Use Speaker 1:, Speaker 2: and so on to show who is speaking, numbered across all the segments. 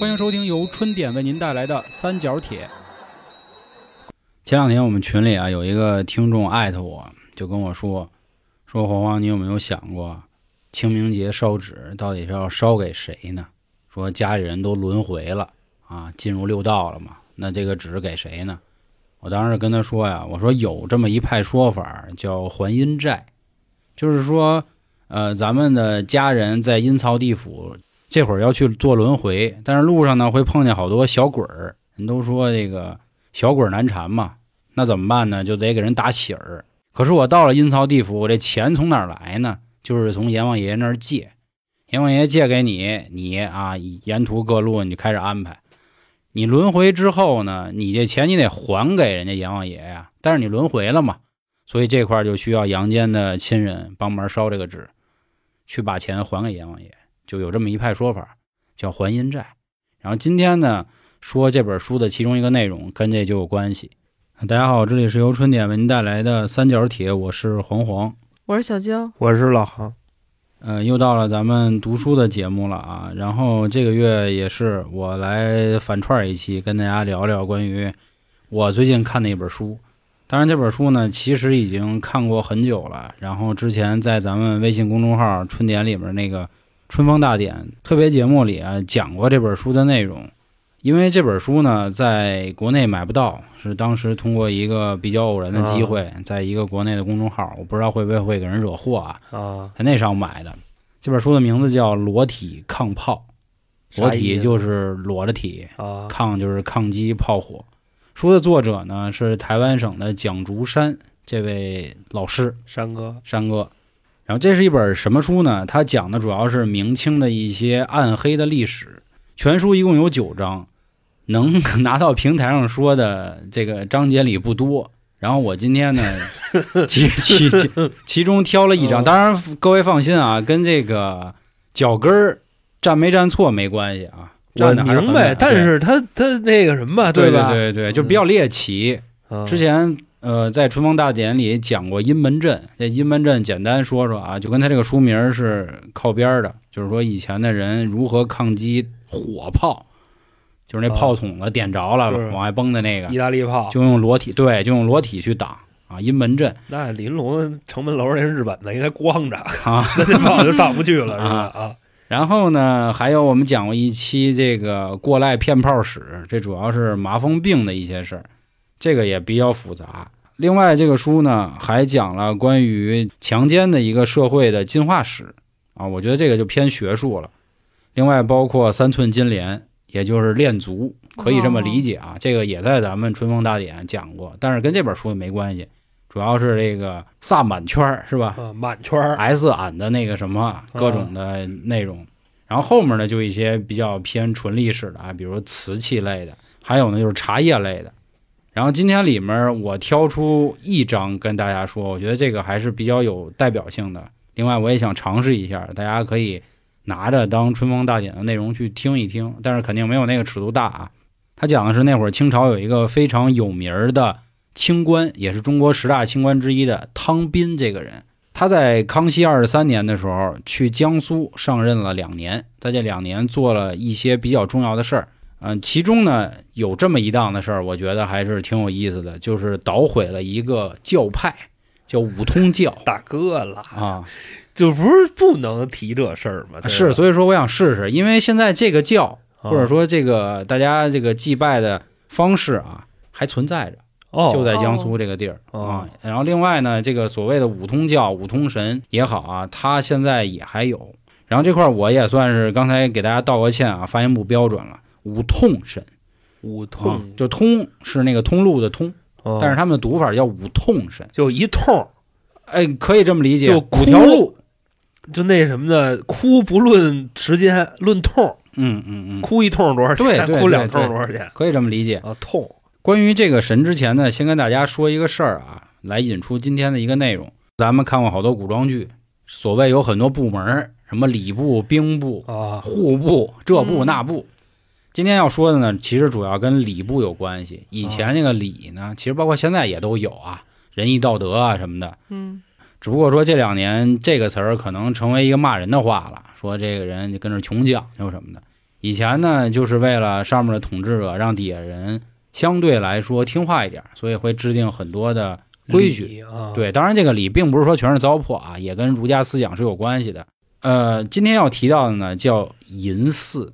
Speaker 1: 欢迎收听由春点为您带来的《三角铁》。前两天我们群里啊有一个听众艾特我，就跟我说说黄黄，你有没有想过清明节烧纸到底是要烧给谁呢？说家里人都轮回了啊，进入六道了嘛，那这个纸给谁呢？我当时跟他说呀，我说有这么一派说法叫还阴债，就是说，呃，咱们的家人在阴曹地府这会儿要去做轮回，但是路上呢会碰见好多小鬼儿，人都说这个小鬼儿难缠嘛，那怎么办呢？就得给人打喜儿。可是我到了阴曹地府，我这钱从哪儿来呢？就是从阎王爷那儿借，阎王爷借给你，你啊沿途各路你开始安排。你轮回之后呢，你这钱你得还给人家阎王爷呀、但是你轮回了嘛，所以这块儿就需要阳间的亲人帮忙烧这个纸，去把钱还给阎王爷。就有这么一派说法，叫还阴债。然后今天呢，说这本书的其中一个内容跟这就有关系。大家好，这里是由春点为您带来的三角铁，我是黄黄。
Speaker 2: 我是小娇，
Speaker 3: 我是老航，
Speaker 1: 呃，又到了咱们读书的节目了啊。然后这个月也是我来反串一期，跟大家聊聊关于我最近看的一本书。当然，这本书呢，其实已经看过很久了。然后之前在咱们微信公众号“春点”里面那个《春风大典》特别节目里啊，讲过这本书的内容。因为这本书呢，在国内买不到，是当时通过一个比较偶然的机会，在一个国内的公众号，我不知道会不会会给人惹祸啊。
Speaker 3: 啊，
Speaker 1: 在那上买的。这本书的名字叫《裸体抗炮》，裸体就是裸着体，
Speaker 3: 啊
Speaker 1: 抗就是抗击炮火。书的作者呢是台湾省的蒋竹山这位老师，
Speaker 3: 山哥
Speaker 1: 山哥。然后这是一本什么书呢？它讲的主要是明清的一些暗黑的历史。全书一共有九章，能 拿到平台上说的这个章节里不多。然后我今天 呢，其其其其中挑了一章，
Speaker 3: 哦
Speaker 1: 当然各位放心啊，跟这个脚跟儿站没站错没关系啊。
Speaker 3: 我
Speaker 1: 站的还是很
Speaker 3: 明白，
Speaker 1: 稳的
Speaker 3: 但
Speaker 1: 对
Speaker 3: 是他他那个什么，
Speaker 1: 对
Speaker 3: 吧？嗯
Speaker 1: 对对，就比较猎奇。
Speaker 3: 啊
Speaker 1: 之前呃，在《春风大典》里讲过阴门阵，这阴门阵简单说说啊，就跟他这个书名是靠边儿的，就是说以前的人如何抗击火炮，就是那
Speaker 3: 啊
Speaker 1: 炮筒子点着了、
Speaker 3: 就是
Speaker 1: 往外崩的那个
Speaker 3: 意，大利炮，
Speaker 1: 啊就用裸体对，就用裸体去挡啊，阴门阵
Speaker 3: 那林龙城门楼那是日本的，应该光着，
Speaker 1: 啊。
Speaker 3: 那那炮就上不去 了，是吧？啊，
Speaker 1: 然后呢，还有我们讲过一期这个过来骗炮史，这主要是麻风病的一些事儿，这个也比较复杂。另外，这个书呢还讲了关于强奸的一个社会的进化史啊，我觉得这个就偏学术了。另外，包括三寸金莲，也就是恋足，可以这么理解啊。这个也在咱们《春风大典》讲过，但是跟这本书没关系，主要是这个萨满圈儿是吧？
Speaker 3: 啊，满圈儿
Speaker 1: S 俺的那个什么各种的内容，然后后面呢就一些比较偏纯历史的啊，比如瓷器类的，还有呢就是茶叶类的。然后今天里面我挑出一章跟大家说，我觉得这个还是比较有代表性的。另外我也想尝试一下，大家可以拿着当春风大典的内容去听一听，但是肯定没有那个尺度大啊。他讲的是那会儿清朝有一个非常有名儿的清官，也是中国十大清官之一的汤彬这个人。他在康熙二十三年的时候去江苏上任了两年，在这两年做了一些比较重要的事儿。嗯，其中呢有这么一档的事儿，我觉得还是挺有意思的，就是捣毁了一个教派，叫五通教
Speaker 3: 大哥了，
Speaker 1: 啊。
Speaker 3: 就不是不能提这事儿吗？
Speaker 1: 是，
Speaker 3: 以
Speaker 1: 所以说我想试试，因为现在这个教或
Speaker 3: 啊
Speaker 1: 者说这个大家这个祭拜的方式啊还存在着。
Speaker 3: 哦，
Speaker 1: 就在江苏这个地儿啊、
Speaker 3: 哦
Speaker 1: 然后另外呢，这个所谓的五通教、五通神也好啊，它现在也还有。然后这块儿我也算是刚才给大家道个歉啊，发音不标准了。五通神，
Speaker 3: 五
Speaker 1: 啊
Speaker 3: 通，
Speaker 1: 就通是那个通路的通，
Speaker 3: 哦
Speaker 1: 但是他们的读法叫五通神，
Speaker 3: 就一通，
Speaker 1: 哎，可以这么理解，
Speaker 3: 就
Speaker 1: 五条路，
Speaker 3: 就那什么的，哭不论时间，论痛，
Speaker 1: 嗯嗯嗯，
Speaker 3: 哭一通多少钱？
Speaker 1: 对对
Speaker 3: 哭两
Speaker 1: 对对
Speaker 3: 通多少钱？
Speaker 1: 可以这么理解。
Speaker 3: 啊，痛，
Speaker 1: 关于这个神之前呢，先跟大家说一个事儿啊，来引出今天的一个内容。咱们看过好多古装剧，所谓有很多部门儿，什么礼部、兵部、
Speaker 3: 啊，
Speaker 1: 户部这部
Speaker 2: 嗯
Speaker 1: 那部。今天要说的呢，其实主要跟礼部有关系。以前那个礼呢，其实包括现在也都有啊，仁义道德啊什么的。
Speaker 2: 嗯，
Speaker 1: 只不过说这两年这个词儿可能成为一个骂人的话了，说这个人就跟着穷讲究什么的。以前呢，就是为了上面的统治者让底下人相对来说听话一点，所以会制定很多的规矩。
Speaker 3: 礼啊，，
Speaker 1: 对，当然这个礼并不是说全是糟粕啊，也跟儒家思想是有关系的。呃，今天要提到的呢叫淫祀，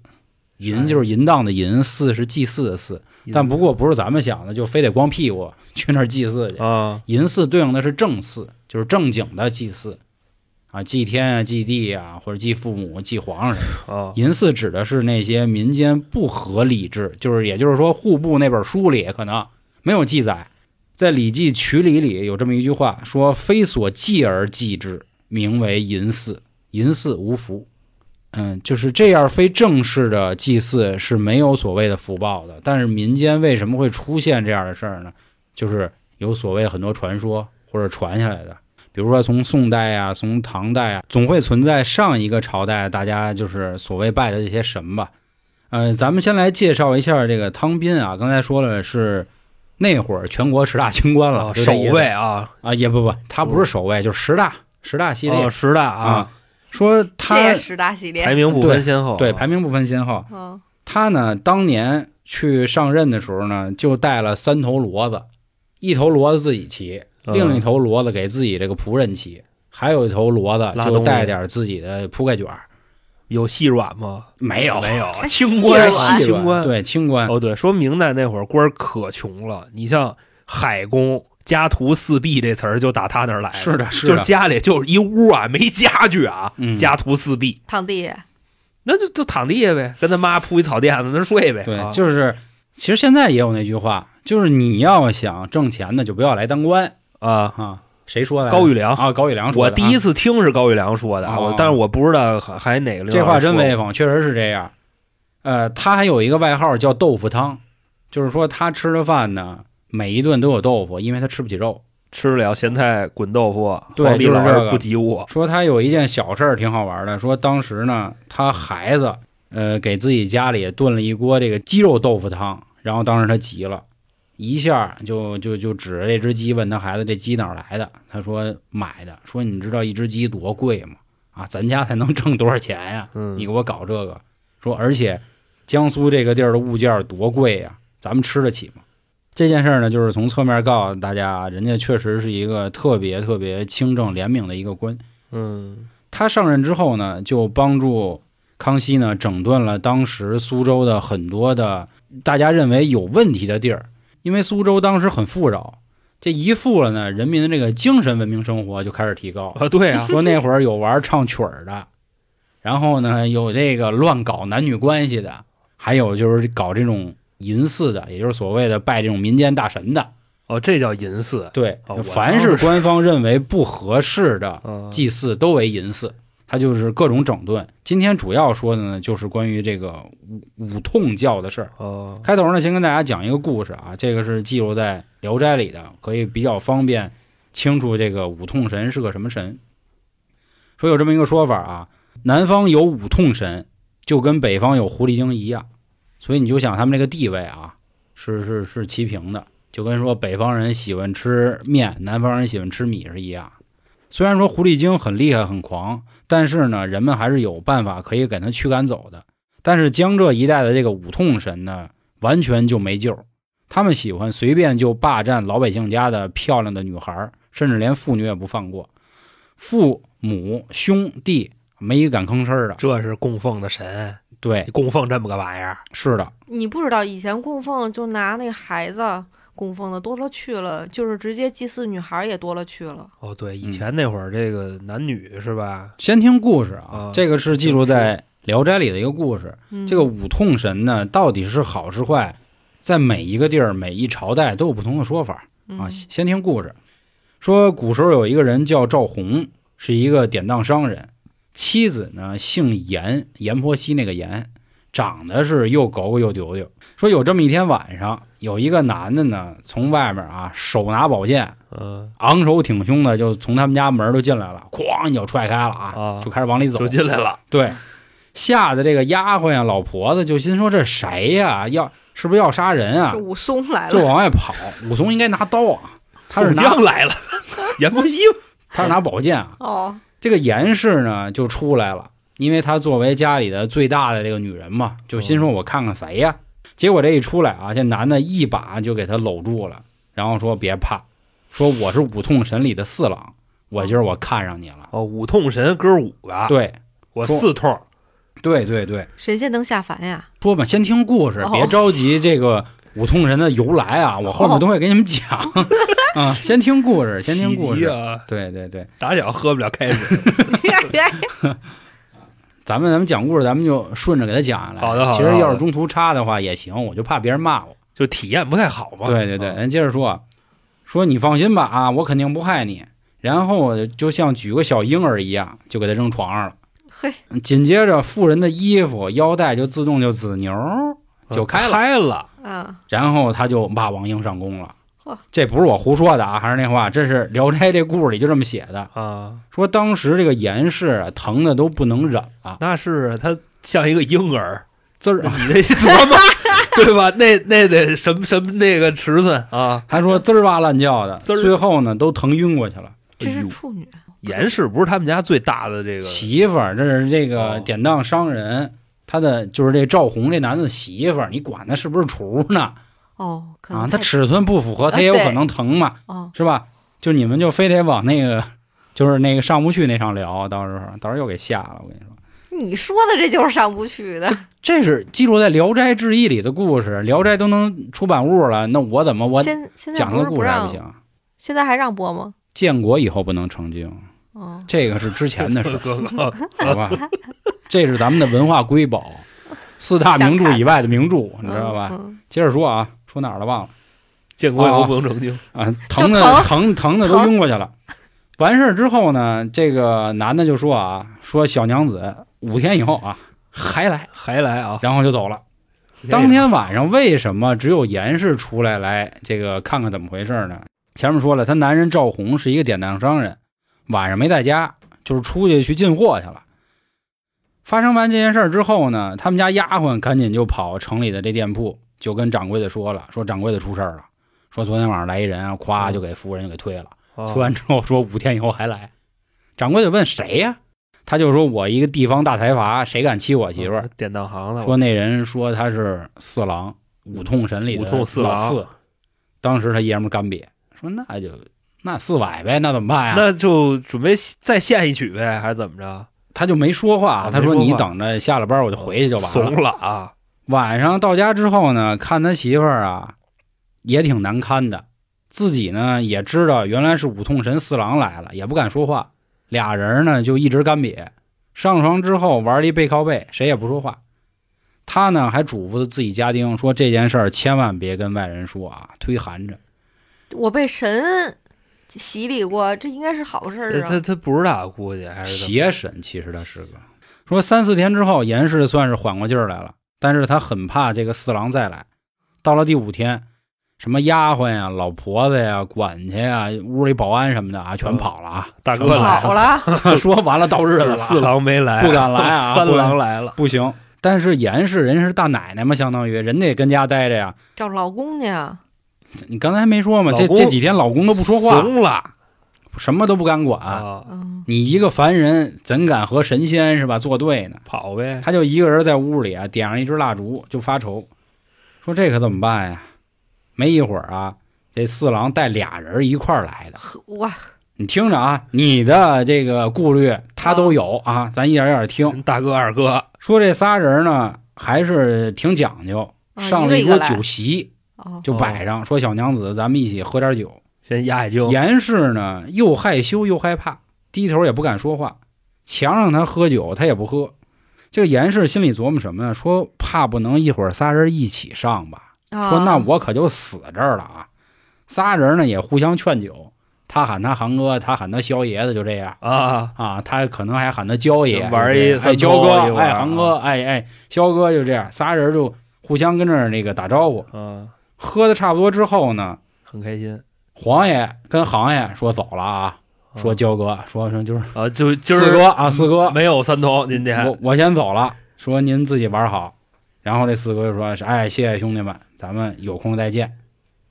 Speaker 1: 淫就是淫荡的淫，祀是祭祀的祀，但不过不是咱们想的就非得光屁股去那儿祭祀去。
Speaker 3: 啊，
Speaker 1: 淫祀对应的是正祀，就是正经的祭祀啊，祭天啊、祭地啊，或者祭父母、祭皇上什么的。
Speaker 3: 啊
Speaker 1: 淫祀指的是那些民间不合礼制，就是也就是说户部那本书里可能没有记载，在《礼记·曲礼》里有这么一句话，说“非所祭而祭之，名为淫祀，淫祀无福”。嗯，就是这样非正式的祭祀是没有所谓的福报的。但是民间为什么会出现这样的事儿呢？就是有所谓很多传说或者传下来的，比如说从宋代啊，从唐代啊，总会存在上一个朝代大家就是所谓拜的这些神吧。呃，咱们先来介绍一下这个汤彬啊，刚才说了是那会儿全国十大清官
Speaker 2: 哦
Speaker 1: 了，
Speaker 3: 啊
Speaker 1: 就
Speaker 3: 首
Speaker 1: 这意思
Speaker 3: 位啊，
Speaker 1: 啊，也不不，他不是首
Speaker 2: 嗯
Speaker 1: 位，就是十大十大系列
Speaker 3: 啊，十大啊，
Speaker 1: 啊。说他
Speaker 2: 这也哦十大系列
Speaker 3: 排，名不分先后啊，
Speaker 1: 对排名不分先后，
Speaker 2: 嗯，
Speaker 1: 他呢，当年去上任的时候呢，就带了三头骡子，一头骡子自己骑，
Speaker 3: 嗯
Speaker 1: 另一头骡子给自己这个仆人骑，还有一头骡子
Speaker 3: 拉
Speaker 1: 就
Speaker 3: 动
Speaker 1: 带
Speaker 3: 力
Speaker 1: 点自己的铺盖卷儿，
Speaker 3: 有细软吗？
Speaker 1: 没有
Speaker 3: 没有，
Speaker 2: 清
Speaker 3: 官
Speaker 2: 啊细
Speaker 3: 啊
Speaker 2: 软
Speaker 1: 细
Speaker 3: 清官
Speaker 1: 软，对清官，
Speaker 3: 哦，对，说明代那会儿官儿可穷了，你像海公。家徒四壁这词儿就打他那儿来的，
Speaker 1: 是的是的
Speaker 3: 就是家里就是一屋啊，没家具啊，
Speaker 1: 嗯
Speaker 3: 家徒四壁，
Speaker 2: 躺地下，
Speaker 3: 那就就躺地下呗，跟他妈铺一草垫子那儿睡呗。
Speaker 1: 对
Speaker 3: 啊，
Speaker 1: 就是其实现在也有那句话，就是你要想挣钱呢，就不要来当官
Speaker 3: 啊，
Speaker 1: 啊。谁说的？
Speaker 3: 高育良，
Speaker 1: 啊，高育良说
Speaker 3: 我
Speaker 1: 的。
Speaker 3: 第一次听是高育良说的，啊
Speaker 1: 哦
Speaker 3: 我但是我不知道还还哪个刘
Speaker 1: 这
Speaker 3: 老
Speaker 1: 话
Speaker 3: 师
Speaker 1: 真
Speaker 3: 说
Speaker 1: 威风，确实是这样。呃，他还有一个外号叫豆腐汤，就是说他吃的饭呢，每一顿都有豆腐，因为他吃不起肉。
Speaker 3: 吃不了咸菜滚豆腐，
Speaker 1: 对
Speaker 3: 皇帝
Speaker 1: 就是
Speaker 3: 老
Speaker 1: 这
Speaker 3: 儿
Speaker 1: 个
Speaker 3: 不及我
Speaker 1: 说他有一件小事儿挺好玩的，说当时呢，他孩子呃给自己家里炖了一锅这个鸡肉豆腐汤，然后当时他急了，一下就就就指着这只鸡问他孩子这鸡哪儿来的？他说买的，说你知道一只鸡多贵吗？啊，咱家才能挣多少钱呀、
Speaker 3: 嗯，
Speaker 1: 你给我搞这个，说而且江苏这个地儿的物价多贵呀、咱们吃得起吗？这件事儿呢，就是从侧面告诉大家，人家确实是一个特别特别清正廉明的一个官。
Speaker 3: 嗯
Speaker 1: 他上任之后呢，就帮助康熙呢整顿了当时苏州的很多的大家认为有问题的地儿，因为苏州当时很富饶，这一富了呢，人民的这个精神文明生活就开始提高 了。
Speaker 3: 啊，对啊，
Speaker 1: 说那会儿有玩唱曲儿的，然后呢有这个乱搞男女关系的，还有就是搞这种淫祀的，也就是所谓的拜这种民间大神的。
Speaker 3: 哦，这叫淫祀，
Speaker 1: 对
Speaker 3: 哦，我
Speaker 1: 凡是官方认为不合适的
Speaker 3: 嗯，
Speaker 1: 祭祀都为淫祀，它就是各种整顿。今天主要说的呢，就是关于这个五五痛教的事儿。
Speaker 3: 哦，
Speaker 1: 开头呢，先跟大家讲一个故事啊，这个是记录在《聊斋》里的，可以比较方便清楚这个五痛神是个什么神。说有这么一个说法啊，南方有五痛神，就跟北方有狐狸精一样，所以你就想他们这个地位啊，是是是齐平的，就跟说北方人喜欢吃面，南方人喜欢吃米是一样。虽然说狐狸精很厉害很狂，但是呢，人们还是有办法可以给它驱赶走的。但是江浙一带的这个五痛神呢，完全就没救。他们喜欢随便就霸占老百姓家的漂亮的女孩儿，甚至连妇女也不放过，父母兄弟没一个敢吭声儿的。
Speaker 3: 这是供奉的神，
Speaker 1: 对
Speaker 3: 你，供奉这么个玩意儿，
Speaker 1: 是的，
Speaker 2: 你不知道以前供奉就拿那孩子供奉的多了去了，就是直接祭祀女孩儿也多了去了，
Speaker 3: 哦，对，
Speaker 1: 嗯
Speaker 3: 以前那会儿这个男女是吧？
Speaker 1: 先听故事啊
Speaker 3: 啊，
Speaker 1: 这个是记录在《聊斋》里的一个故事。
Speaker 2: 嗯，
Speaker 1: 这个五痛神呢，到底是好是坏，在每一个地儿、每一朝代都有不同的说法。啊，
Speaker 2: 嗯
Speaker 1: 先先听故事。说古时候有一个人叫赵红，是一个典当商人，妻子呢姓阎，阎婆惜那个阎，长得是又狗狗又丢丢。说有这么一天晚上，有一个男的呢从外面啊手拿宝剑，
Speaker 3: 嗯，
Speaker 1: 昂首挺胸的就从他们家门儿就进来了，哐一脚踹开了啊
Speaker 3: 啊，
Speaker 1: 就开始往里走
Speaker 3: 就。进来了，
Speaker 1: 对，吓得这个丫鬟呀、老婆子就心说这谁呀、要是不是要杀人啊
Speaker 2: 是？武松来
Speaker 1: 就
Speaker 2: 了，
Speaker 1: 往外跑。武松应该拿刀啊，他是
Speaker 3: 宋
Speaker 1: 拿
Speaker 3: 江 来了，阎婆惜
Speaker 1: 他是拿宝剑啊。
Speaker 2: 哦，
Speaker 1: 这个严氏呢就出来了，因为她作为家里的最大的这个女人嘛，就心说我看看谁呀。
Speaker 3: 哦
Speaker 1: 结果这一出来啊，这男的一把就给她搂住了，然后说别怕，说我是五痛神里的四郎，我今儿我看上你了。
Speaker 3: 哦，五痛神哥五个，啊
Speaker 1: 对
Speaker 3: 我
Speaker 1: 说
Speaker 3: 四痛，
Speaker 1: 对对对，
Speaker 2: 神仙能下凡 呀？
Speaker 1: 说吧，先听故事
Speaker 2: 哦，
Speaker 1: 别着急这个五痛神的由来啊，我后面都会给你们 讲啊。先听故事，先听故
Speaker 3: 奇迹
Speaker 1: 事。
Speaker 3: 啊！
Speaker 1: 对对对，
Speaker 3: 打小喝不了 开水，
Speaker 2: 哎
Speaker 1: 咱们咱们讲故事，咱们就顺着给他讲下来。
Speaker 3: 好的好的
Speaker 1: 其实要
Speaker 3: 好
Speaker 1: 是
Speaker 3: 的
Speaker 1: 中途插的话也行，我就怕别人骂我。
Speaker 3: 就体验不太好嘛。
Speaker 1: 对对对，哎
Speaker 3: 啊
Speaker 1: 咱接着说，说你放心吧啊，我肯定不害你。然后就像举个小婴儿一样，就给他扔床上了。
Speaker 2: 嘿，
Speaker 1: 紧接着，妇人的衣服腰带就自动就紫牛，就开了
Speaker 3: 嗯开了，
Speaker 2: 啊，
Speaker 1: 然后他就骂王英上弓了
Speaker 2: 嚯。
Speaker 1: 这不是我胡说的啊，还是那话，这是《聊斋》这故事里就这么写的，
Speaker 3: 啊，
Speaker 1: 说当时这个严氏啊疼的都不能忍了，
Speaker 3: 那是他像一个婴儿，
Speaker 1: 滋儿
Speaker 3: 你这琢 磨对吧？那那得什么什么那个尺寸啊？
Speaker 1: 还说滋儿哇乱叫的，
Speaker 3: 滋儿
Speaker 1: 最后呢都疼晕过去了。
Speaker 2: 这
Speaker 3: 哎
Speaker 2: 是
Speaker 3: 呦
Speaker 2: 处女，
Speaker 3: 严氏不是他们家最大的这个
Speaker 1: 媳妇儿，这是这
Speaker 3: 哦，
Speaker 1: 个典当商人，他的就是这赵红这男的媳妇儿，你管他是不是厨呢？
Speaker 2: 哦，可能
Speaker 1: 啊，他
Speaker 2: 太
Speaker 1: 尺寸不符合，他
Speaker 2: 啊
Speaker 1: 也有
Speaker 2: 对
Speaker 1: 可能疼嘛，
Speaker 2: 哦，
Speaker 1: 是吧？就你们就非得往那个，就是那个上不去那上聊，到时候到时候又给下了，我跟你说。
Speaker 2: 你说的这就是上不去的，
Speaker 1: 这是记录在《聊斋志异》里的故事，《聊斋》都能出版物了，那我怎么我
Speaker 2: 现现在
Speaker 1: 讲
Speaker 2: 不
Speaker 1: 个
Speaker 2: 是
Speaker 1: 故
Speaker 2: 不
Speaker 1: 事还
Speaker 2: 让
Speaker 1: 不，行？
Speaker 2: 现在还让播吗？
Speaker 1: 建国以后不能成精，
Speaker 2: 哦，
Speaker 1: 这个是之前的事
Speaker 3: 哥 哥，
Speaker 1: 好吧？ 这是咱们的文化瑰宝，四大名著以外的名著，你知道吧？
Speaker 2: 嗯？
Speaker 1: 接着说啊，说哪儿了忘了
Speaker 3: 建国以后不能成精，
Speaker 1: 啊？疼的疼
Speaker 2: 疼
Speaker 1: 疼的都
Speaker 2: 疼
Speaker 1: 晕过去了。完事儿之后呢，这个男的就说啊，说小娘子五天以后啊还来，
Speaker 3: 还来啊？
Speaker 1: 然后就走了。当天晚上为什么只有严氏出来来这个看看怎么回事呢？前面说了，她男人赵红是一个典当商人，晚上没在家，就是出去去进货去了。发生完这件事儿之后呢，他们家丫鬟赶紧就跑城里的这店铺，就跟掌柜的说了，说掌柜的出事儿了，说昨天晚上来一人啊，咵就给夫人就给推了。
Speaker 3: 啊
Speaker 1: 推完之后说五天以后还来，掌柜的问谁呀、他就说我一个地方大财阀，谁敢欺我媳妇儿？
Speaker 3: 啊典当行的，
Speaker 1: 说那人说他是四郎，五痛神里的
Speaker 3: 五痛四郎
Speaker 1: 老四。当时他爷们儿干瘪，说那就那四崴呗，那怎么办呀？
Speaker 3: 那就准备再献一曲呗，还是怎么着？
Speaker 1: 他就没说话，
Speaker 3: 啊
Speaker 1: 他
Speaker 3: 没说话
Speaker 1: 你等着下了班我就回去就完了。
Speaker 3: 怂了啊！
Speaker 1: 晚上到家之后呢，看他媳妇儿啊，也挺难堪的，自己呢也知道原来是五痛神四郎来了，也不敢说话。俩人呢就一直干瘪，上床之后玩了一背靠背，谁也不说话。他呢还嘱咐自己家丁说这件事儿千万别跟外人说啊，忒寒碜。
Speaker 2: 我被神洗礼过，这应该是好事
Speaker 3: 他
Speaker 2: 儿
Speaker 3: 他
Speaker 2: 啊。
Speaker 3: 他不是大估计还是怎么
Speaker 1: 邪神其实他是个。说三四天之后，严氏算是缓过劲儿来了，但是他很怕这个四郎再来。到了第五天，什么丫鬟呀、老婆子呀、管家呀、屋里保安什么的啊，
Speaker 3: 嗯
Speaker 1: 全跑了啊！
Speaker 3: 大哥来
Speaker 2: 跑了，
Speaker 1: 说完了，到日子了，
Speaker 3: 四郎没来，
Speaker 1: 不敢来啊
Speaker 3: 三郎来了，
Speaker 1: 不行。但是严氏人是大奶奶嘛，相当于人得跟家待着呀。
Speaker 2: 找老公去啊！
Speaker 1: 你刚才没说嘛，这
Speaker 3: 老公
Speaker 1: 这几天老公都不说话，
Speaker 3: 怂了
Speaker 1: 什么都不敢管。
Speaker 3: 啊，
Speaker 2: 嗯，
Speaker 1: 你一个凡人怎敢和神仙是吧作对呢？
Speaker 3: 跑呗，
Speaker 1: 他就一个人在屋里啊，点上一支蜡烛就发愁，说这可怎么办呀？没一会儿啊，这四郎带俩人一块儿来的。
Speaker 2: 呵哇，
Speaker 1: 你听着啊，你的这个顾虑他都有啊，咱一点一点听。
Speaker 2: 嗯
Speaker 3: 大哥二哥
Speaker 1: 说这仨人呢，还是挺讲究，
Speaker 2: 啊
Speaker 1: 上
Speaker 2: 一
Speaker 1: 了
Speaker 2: 个
Speaker 1: 一
Speaker 2: 一个
Speaker 1: 桌
Speaker 2: 来
Speaker 1: 酒席
Speaker 2: 哦，
Speaker 1: 就摆上，说小娘子，咱们一起喝点酒。
Speaker 3: 先压压惊，
Speaker 1: 严氏呢，又害羞又害怕，低头也不敢说话。强让他喝酒，他也不喝。这个严氏心里琢磨什么呀？说怕不能一会儿仨人一起上吧？
Speaker 2: 啊
Speaker 1: 说那我可就死这儿了啊！仨人呢也互相劝酒，他喊他航哥，他喊他萧爷子，就这样
Speaker 3: 啊，
Speaker 1: 啊。他可能还喊他焦爷，
Speaker 3: 玩一
Speaker 1: 对哎
Speaker 3: 三
Speaker 1: 焦
Speaker 3: 头一啊
Speaker 1: 哥，
Speaker 3: 玩
Speaker 1: 哎航哥，哎哎萧哥，就这样，仨人就互相跟这儿那个打招呼。
Speaker 3: 嗯，
Speaker 1: 喝的差不多之后呢，
Speaker 3: 很开心，
Speaker 1: 黄爷跟航爷说走了啊。
Speaker 3: 啊
Speaker 1: 说焦哥，说说就是
Speaker 3: 啊，就今
Speaker 1: 四
Speaker 3: 儿
Speaker 1: 哥啊，四哥，
Speaker 3: 没有三头，今天
Speaker 1: 我我先走了，说您自己玩好。然后这四哥就说是：“哎，谢谢兄弟们，咱们有空再见。”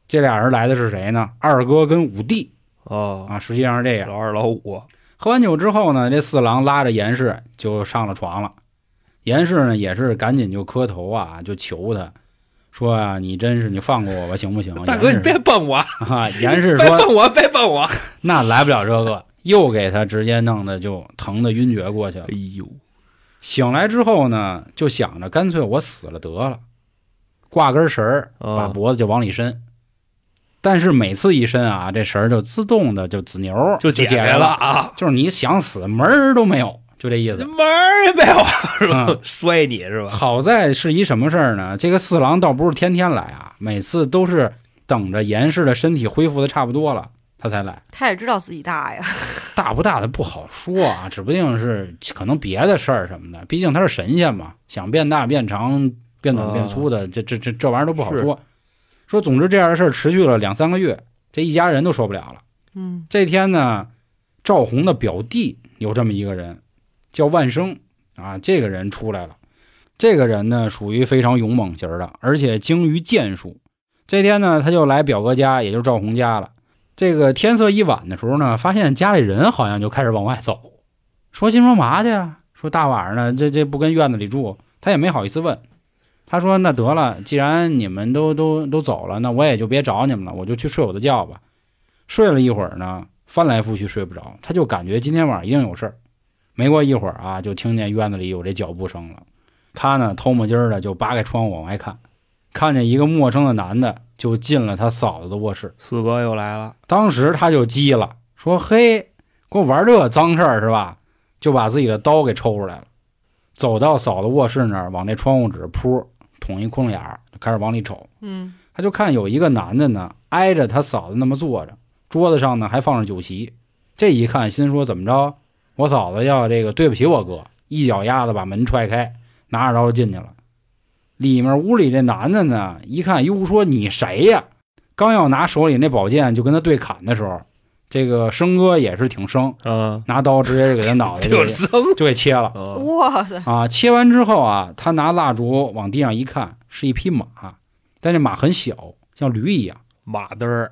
Speaker 1: 这俩人来的是谁呢？二哥跟五弟
Speaker 3: 哦，
Speaker 1: 哎啊，实际上是这样。
Speaker 3: 老二老五
Speaker 1: 喝完酒之后呢，这四郎拉着严氏就上了床了。严氏呢也是赶紧就磕头啊，就求他说啊，你真是你放过我吧，行不行？
Speaker 3: 大哥，你
Speaker 1: 严氏
Speaker 3: 别蹦我，
Speaker 1: 啊，严氏
Speaker 3: 别
Speaker 1: 说哎
Speaker 3: 蹦我，别蹦我！
Speaker 1: 那来不了这个，又给他直接弄的就疼的晕厥过去了。
Speaker 3: 哎呦，
Speaker 1: 醒来之后呢，就想着干脆我死了得了，挂根绳儿
Speaker 3: 哦
Speaker 1: 把脖子就往里伸。但是每次一伸啊，这绳儿就自动的就子牛儿
Speaker 3: 就
Speaker 1: 解
Speaker 3: 解
Speaker 1: 开
Speaker 3: 开了，啊，
Speaker 1: 就是你想死门儿都没有，就这意思。
Speaker 3: 门儿也没有，是吧
Speaker 1: 嗯？
Speaker 3: 摔你是吧？
Speaker 1: 好在是一什么事儿呢？这个四郎倒不是天天来啊，每次都是等着严氏的身体恢复的差不多了，他才来。
Speaker 2: 他也知道自己大呀，
Speaker 1: 大不大的不好说啊，指不定是可能别的事儿什么的，毕竟他是神仙嘛，想变大变长、变短变粗的，这这这这玩意儿都不好
Speaker 3: 是
Speaker 1: 说。说总之这样的事儿持续了两三个月，这一家人都受不了了。
Speaker 2: 嗯，
Speaker 1: 这天呢，赵红的表弟有这么一个人，叫万生啊，这个人出来了。这个人呢，属于非常勇猛型儿的，而且精于剑术。这天呢，他就来表哥家，也就是赵红家了。这个天色已晚的时候呢，发现家里人好像就开始往外走，说心说嘛去啊？说大晚上的这这不跟院子里住，他也没好意思问。他说：“那得了，既然你们都都都走了，那我也就别找你们了，我就去睡我的觉吧。”睡了一会儿呢，翻来覆去睡不着，他就感觉今天晚上一定有事儿。没过一会儿啊，就听见院子里有这脚步声了。他呢，偷摸劲儿的就扒开窗户往外看，看见一个陌生的男的就进了他嫂子的卧室。
Speaker 3: 四哥又来了，
Speaker 1: 当时他就急了，说：“嘿，给我玩这脏事儿是吧？”就把自己的刀给抽出来了，走到嫂子卧室那儿，往那窗户纸扑捅一窟窿眼儿，就开始往里瞅。
Speaker 2: 嗯，
Speaker 1: 他就看有一个男的呢，挨着他嫂子那么坐着，桌子上呢还放着酒席。这一看，心说怎么着，我嫂子要这个对不起我哥，一脚丫子把门踹开，拿着刀就进去了。里面屋里这男的呢，一看，哟，说你谁呀？刚要拿手里那宝剑就跟他对砍的时候，这个生哥也是挺生，
Speaker 3: 嗯，
Speaker 1: 拿刀直接就给他 脑袋就
Speaker 3: 挺
Speaker 1: 给
Speaker 3: 生，
Speaker 1: 哎就给切了。
Speaker 3: 嗯
Speaker 2: 哇塞，
Speaker 1: 啊，切完之后啊，他拿蜡烛往地上一看，是一匹马，但这马很小，像驴一样，
Speaker 3: 马嘚儿。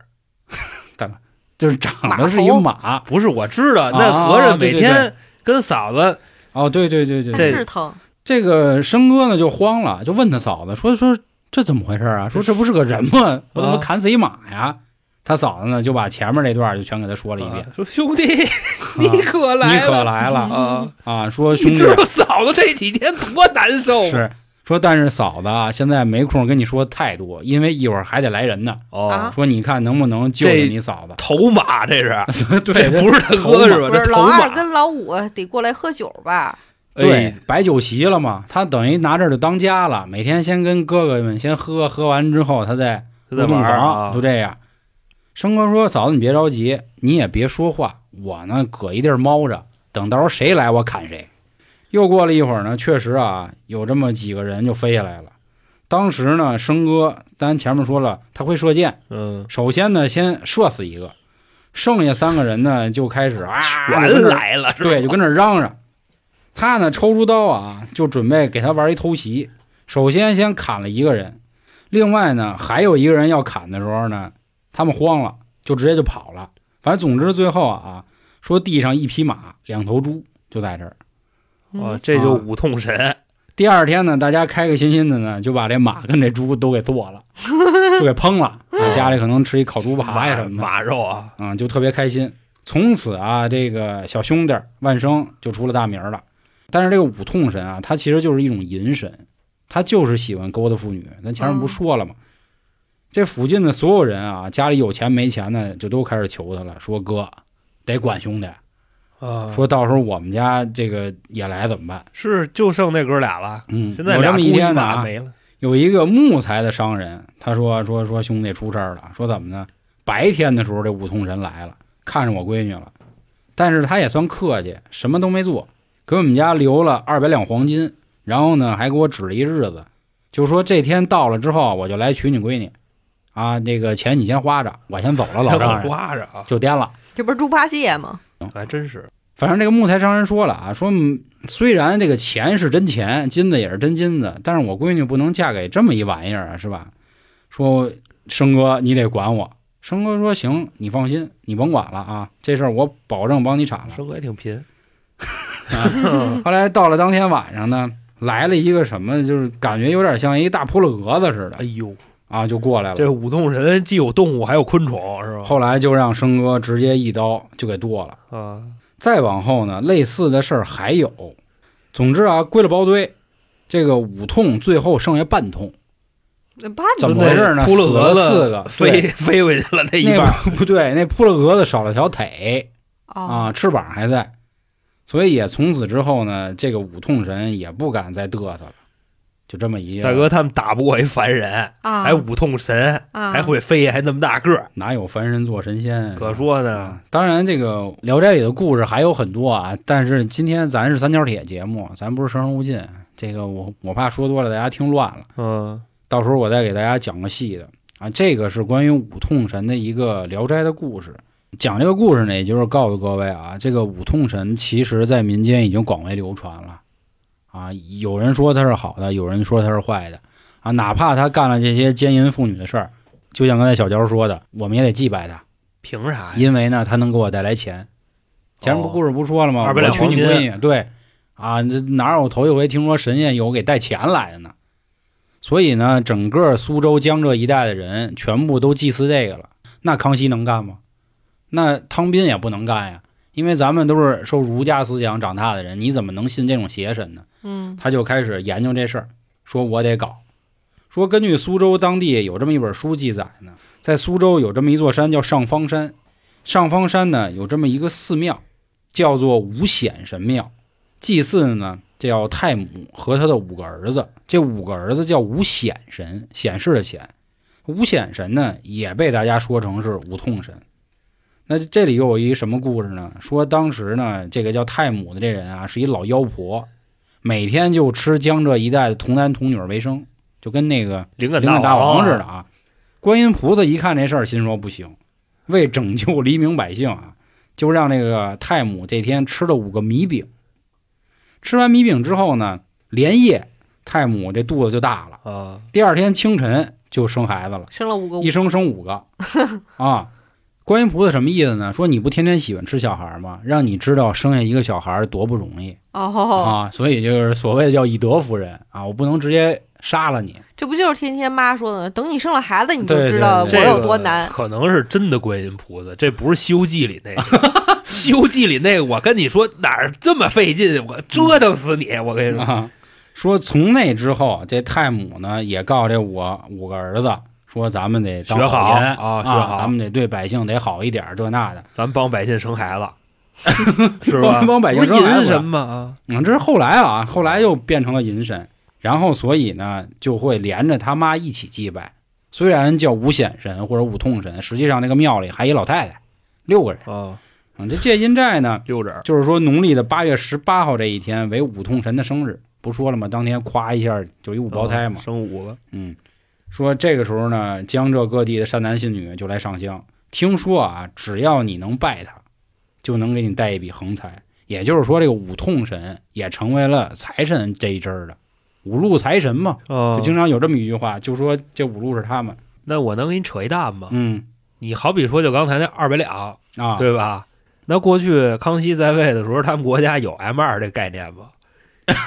Speaker 1: 就是长得是一
Speaker 2: 马头
Speaker 1: 马。
Speaker 3: 不是，我知道，
Speaker 1: 啊
Speaker 3: 那合着
Speaker 1: 对
Speaker 3: 每
Speaker 1: 对
Speaker 3: 天跟嫂子
Speaker 1: 哦，对对对对，
Speaker 2: 他
Speaker 1: 对
Speaker 3: 这
Speaker 2: 是疼，
Speaker 1: 这个生哥呢就慌了，就问他嫂子说说这怎么回事啊？说这不是个人吗？我怎么
Speaker 3: 啊
Speaker 1: 砍死一马呀？他嫂子呢就把前面那段就全给他说了一遍
Speaker 3: 啊，说兄弟，你可
Speaker 1: 啊你
Speaker 3: 来
Speaker 1: 可
Speaker 3: 了
Speaker 1: 来了
Speaker 3: 啊！
Speaker 1: 啊！说兄
Speaker 3: 你
Speaker 1: 弟
Speaker 3: 知道嫂子这几天多难受啊吗？
Speaker 1: 是说，但是嫂子啊，现在没空跟你说太多，因为一会儿还得来人呢。
Speaker 3: 哦
Speaker 2: 啊，
Speaker 1: 说你看能不能救
Speaker 3: 这
Speaker 1: 救你嫂子？
Speaker 3: 头马这是，
Speaker 1: 对，
Speaker 3: 这
Speaker 1: 这
Speaker 3: 不是他
Speaker 1: 头马
Speaker 3: 哥是吧？
Speaker 2: 不
Speaker 3: 这
Speaker 2: 是
Speaker 3: 头
Speaker 2: 老二
Speaker 3: 马，
Speaker 2: 跟老五得过来喝酒吧？
Speaker 1: 对
Speaker 3: 哎，，
Speaker 1: 摆酒席了嘛，他等于拿这儿就当家了，每天先跟哥哥们先喝，喝完之后他再
Speaker 3: 他在
Speaker 1: 回洞
Speaker 3: 玩儿
Speaker 1: 房，
Speaker 3: 啊
Speaker 1: 就，这样。生哥说：“嫂子，你别着急，你也别说话，我呢搁一地儿猫着，等到时候谁来我砍谁。”又过了一会儿呢，确实啊，有这么几个人就飞下来了。当时呢，生哥，咱前面说了，他会射箭，
Speaker 3: 嗯，
Speaker 1: 首先呢先射死一个，剩下三个人呢就开始啊，就
Speaker 3: 全
Speaker 1: 跟那儿
Speaker 3: 来了是吧？
Speaker 1: 对，就跟那儿嚷嚷。他呢，抽出刀啊，就准备给他玩一偷袭。首先先砍了一个人，另外呢，还有一个人要砍的时候呢，他们慌了，就直接就跑了。反正总之最后啊，说地上一匹马，两头猪就在这儿。
Speaker 3: 哦，
Speaker 2: 嗯，
Speaker 3: 这就
Speaker 1: 啊
Speaker 3: 五痛神，
Speaker 1: 第二天呢，大家开开心心的呢，就把这马跟这猪都给做 了，就给烹了。啊家里可能吃一烤猪扒呀什么的。
Speaker 3: 马肉啊，
Speaker 1: 啊、就特别开心。从此啊，这个小兄弟儿万生就出了大名儿了。但是这个五痛神啊，他其实就是一种淫神，他就是喜欢勾搭妇女。咱前面不
Speaker 2: 嗯
Speaker 1: 说了吗？这附近的所有人啊，家里有钱没钱的，就都开始求他了，说哥得管兄弟，
Speaker 3: 啊，
Speaker 1: 说到时候我们家这个也来怎么办？
Speaker 3: 是就剩那哥俩了，
Speaker 1: 嗯，
Speaker 3: 现在
Speaker 1: 有这
Speaker 3: 俩
Speaker 1: 么
Speaker 3: 猪
Speaker 1: 一天呢、
Speaker 3: 马
Speaker 1: 啊，
Speaker 3: 没了，
Speaker 1: 有一个木材的商人，他说说说兄弟出事儿了，说怎么呢？白天的时候这五通神来了，看上我闺女了，但是他也算客气，什么都没做，给我们家留了二百两黄金，然后呢还给我指了一日子，就说这天到了之后我就来娶你闺女，啊，这个钱你先花着，我先走了，老丈
Speaker 3: 还
Speaker 1: 人
Speaker 3: 花着啊，
Speaker 1: 就颠了。
Speaker 2: 这不是猪八戒吗？
Speaker 3: 还真是，
Speaker 1: 反正这个木材商人说了啊，说嗯虽然这个钱是真钱，金子也是真金子，但是我闺女不能嫁给这么一玩意儿啊，是吧？说生哥，你得管我生哥说行，你放心，你甭管了啊，这事儿我保证帮你铲了。
Speaker 3: 生哥也挺
Speaker 1: 嗯
Speaker 3: 贫，
Speaker 1: 后来到了当天晚上呢，来了一个什么，就是感觉有点像一大扑棱蛾子似的
Speaker 3: 哎呦，
Speaker 1: 啊，就过来了。
Speaker 3: 这舞动人既有动物还有昆虫是吧？
Speaker 1: 后来就让生哥直接一刀就给剁了。
Speaker 3: 啊，
Speaker 1: 再往后呢，类似的事儿还有。总之啊，归了包堆，这个五痛最后剩下半痛，
Speaker 2: 那半
Speaker 1: 怎么
Speaker 2: 吨
Speaker 1: 回事呢
Speaker 3: 扑了蛾
Speaker 1: 死了四
Speaker 3: 子
Speaker 1: 个
Speaker 3: 飞 飞回去了那一
Speaker 1: 那
Speaker 3: 半儿，
Speaker 1: 不 对，那扑了蛾子少了条腿
Speaker 2: 哦
Speaker 1: 啊，翅膀还在，所以也从此之后呢，这个五痛神也不敢再嘚瑟了，就这么一个
Speaker 3: 大哥他们打不过一凡人，
Speaker 2: 啊，
Speaker 3: 还五通神，
Speaker 2: 啊
Speaker 3: 还会飞，还那么大个儿，
Speaker 1: 哪有凡人做神仙？
Speaker 3: 可说呢。
Speaker 1: 啊，当然，这个《聊斋》里的故事还有很多啊，但是今天咱是三角铁节目，咱不是生人勿近，这个我我怕说多了大家听乱了，
Speaker 3: 嗯，
Speaker 1: 到时候我再给大家讲个细的啊。这个是关于五痛神的一个《聊斋》的故事。讲这个故事呢，也就是告诉各位啊，这个五痛神其实在民间已经广为流传了啊。有人说他是好的，有人说他是坏的啊。哪怕他干了这些奸淫妇女的事儿，就像刚才小娇说的，我们也得祭拜他。
Speaker 3: 凭啥呀？
Speaker 1: 因为呢，他能给我带来钱。前面不
Speaker 3: 哦
Speaker 1: 故事不说了吗？
Speaker 3: 二百
Speaker 1: 我
Speaker 3: 两
Speaker 1: 娶你
Speaker 3: 黄
Speaker 1: 闺
Speaker 3: 金
Speaker 1: 女，对啊，这哪有头一回听说神仙有给带钱来的呢？所以呢，整个苏州、江浙一带的人全部都祭祀这个了。那康熙能干吗？那汤斌也不能干呀，因为咱们都是受儒家思想长大的人，你怎么能信这种邪神呢？
Speaker 2: 嗯
Speaker 1: 他就开始研究这事儿，说我得搞。说根据苏州当地有这么一本书记载呢，在苏州有这么一座山叫上方山，上方山呢有这么一个寺庙，叫做五显神庙，祭祀的呢叫太母和他的五个儿子，这五个儿子叫五显神，显示的显。五显神呢也被大家说成是无痛神。那这里又有一什么故事呢？说当时呢，这个叫太母的这人啊，是一老妖婆，每天就吃江浙一带的童男童女为生，就跟那个
Speaker 3: 灵感
Speaker 1: 灵感
Speaker 3: 大
Speaker 1: 大王似
Speaker 3: 似
Speaker 1: 的
Speaker 3: 的，
Speaker 1: 啊。观音菩萨一看这事儿，心说不行，为拯救黎民百姓啊，就让这个太母这天吃了五个米饼。吃完米饼之后呢，连夜太母这肚子就大了，
Speaker 3: 啊，
Speaker 1: 第二天清晨就生孩子了，
Speaker 2: 生了五个五
Speaker 1: 一生生五 个啊。观音菩萨什么意思呢？说你不天天喜欢吃小孩吗？让你知道生下一个小孩多不容易
Speaker 2: 哦，
Speaker 1: 啊！所以就是所谓的叫以德服人啊，我不能直接杀了你。
Speaker 2: 这不就是天天妈说的？等你生了孩子，你就
Speaker 1: 对
Speaker 2: 知道我
Speaker 1: 对
Speaker 3: 这
Speaker 1: 对
Speaker 2: 有多难。
Speaker 3: 可能是真的观音菩萨，这不是《西游记》里那个。 《西游记》里那个，我跟你说哪儿这么费劲，我折腾死你！我跟你说，
Speaker 1: 啊，说从那之后，这太母呢也告这我五个儿子说，咱们得当
Speaker 3: 学好
Speaker 1: 人
Speaker 3: 啊学好
Speaker 1: 咱们得对百姓得好一点儿，这那的。
Speaker 3: 咱帮百姓生孩 子，是吧？
Speaker 1: 帮帮百姓生
Speaker 3: 不是
Speaker 1: 孩
Speaker 3: 淫
Speaker 1: 子
Speaker 3: 神嘛啊，
Speaker 1: 嗯，这是后来啊，后来又变成了银神，然后所以呢就会连着他妈一起祭拜。虽然叫五显神或者五痛神，实际上那个庙里还一老太太，六个人。
Speaker 3: 啊，
Speaker 1: 嗯，这借阴债呢，
Speaker 3: 六指儿
Speaker 1: 就是说农历的八月十八号这一天为五痛神的生日，不说了吗？当天夸一下就一五胞胎嘛
Speaker 3: 啊，生五个，
Speaker 1: 嗯，说这个时候呢，江浙各地的善男信女就来上香。听说啊，只要你能拜他，就能给你带一笔横财。也就是说，这个五痛神也成为了财神这一支儿的五路财神嘛。
Speaker 3: 啊
Speaker 1: 就经常有这么一句话，就说这五路是他们。
Speaker 3: 那我能给你扯一蛋吗？
Speaker 1: 嗯
Speaker 3: 你好比说，就刚才那二百两，
Speaker 1: 啊，
Speaker 3: 哦对吧？那过去康熙在位的时候，他们国家有 M 二这概 念吗？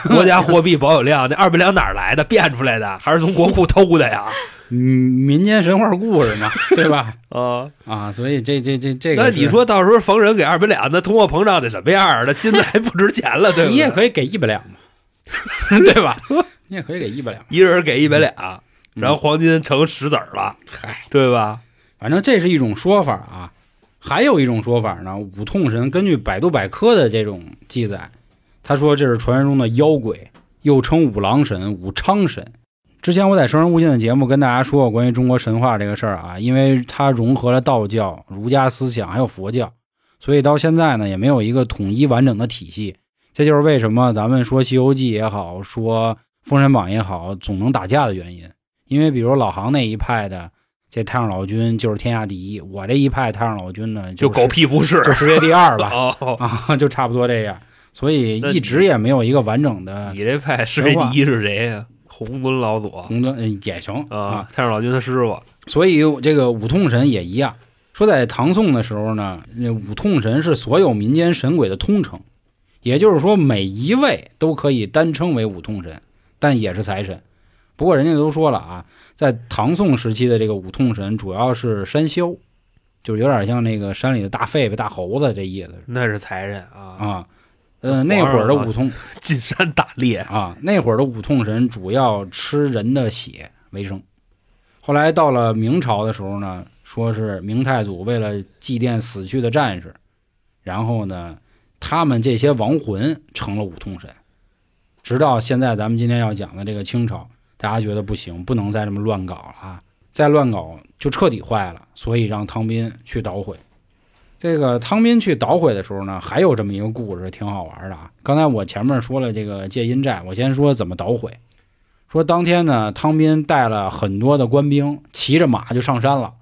Speaker 3: 国家货币保有量，那二百两哪儿来的？变出来的，还是从国库偷的呀？
Speaker 1: 嗯，民间神话故事嘛，对吧？
Speaker 3: 啊，
Speaker 1: 啊，所以这这这这个，
Speaker 3: 那你。说到时候逢人给二百两，那通货膨胀得什么样儿？那金子还不值钱了，对不
Speaker 1: 你也
Speaker 3: 对？
Speaker 1: 可以给一百两嘛，
Speaker 3: 对吧？
Speaker 1: 你也可以给一百两。
Speaker 3: 一人给一百两，嗯然
Speaker 1: 嗯
Speaker 3: 后黄金成石子儿了，
Speaker 1: 嗨，
Speaker 3: 对吧？
Speaker 1: 反正这是一种说法啊。还有一种说法呢，五痛神根据百度百科的这种记载，他说这是传说中的妖鬼，又称五郎神、五昌神。之前我在《生人勿近》的节目跟大家说过关于中国神话这个事儿啊，因为它融合了道教、儒家思想还有佛教，所以到现在呢也没有一个统一完整的体系。这就是为什么咱们说《西游记》也好，说《封神榜》也好，总能打架的原因。因为比如老杭那一派的这太上老君就是天下第一，我这一派太上老君呢
Speaker 3: 就是狗屁不是
Speaker 1: 就世界第二吧，
Speaker 3: 哦，
Speaker 1: 啊，就差不多这样。所以一直也没有一个完整的
Speaker 3: 你这派世界
Speaker 1: 神话嗯
Speaker 3: 第一是谁呀？红尊老祖
Speaker 1: 红灯呃也行
Speaker 3: 啊，太上老君他师傅，
Speaker 1: 所以这个五痛神也一样。说在唐宋的时候呢，那五痛神是所有民间神鬼的通称，也就是说每一位都可以单称为五痛神，但也是财神。不过人家都说了啊，在唐宋时期的这个五痛神主要是山魈，就是有点像那个山里的大狒狒、大猴子这意思
Speaker 3: 那是才人啊，
Speaker 1: 啊。呃，那会儿的五痛
Speaker 3: 进山打猎，
Speaker 1: 啊，那会儿的五痛神主要吃人的血为生。后来到了明朝的时候呢，说是明太祖为了祭奠死去的战士，然后呢，他们这些亡魂成了五痛神。直到现在，咱们今天要讲的这个清朝，大家觉得不行，不能再这么乱搞了啊！再乱搞就彻底坏了，所以让汤斌去捣毁。这个汤斌去捣毁的时候呢，还有这么一个故事，挺好玩的啊。刚才我前面说了这个借阴寨，我先说怎么捣毁。说当天呢，汤斌带了很多的官兵，骑着马就上山了，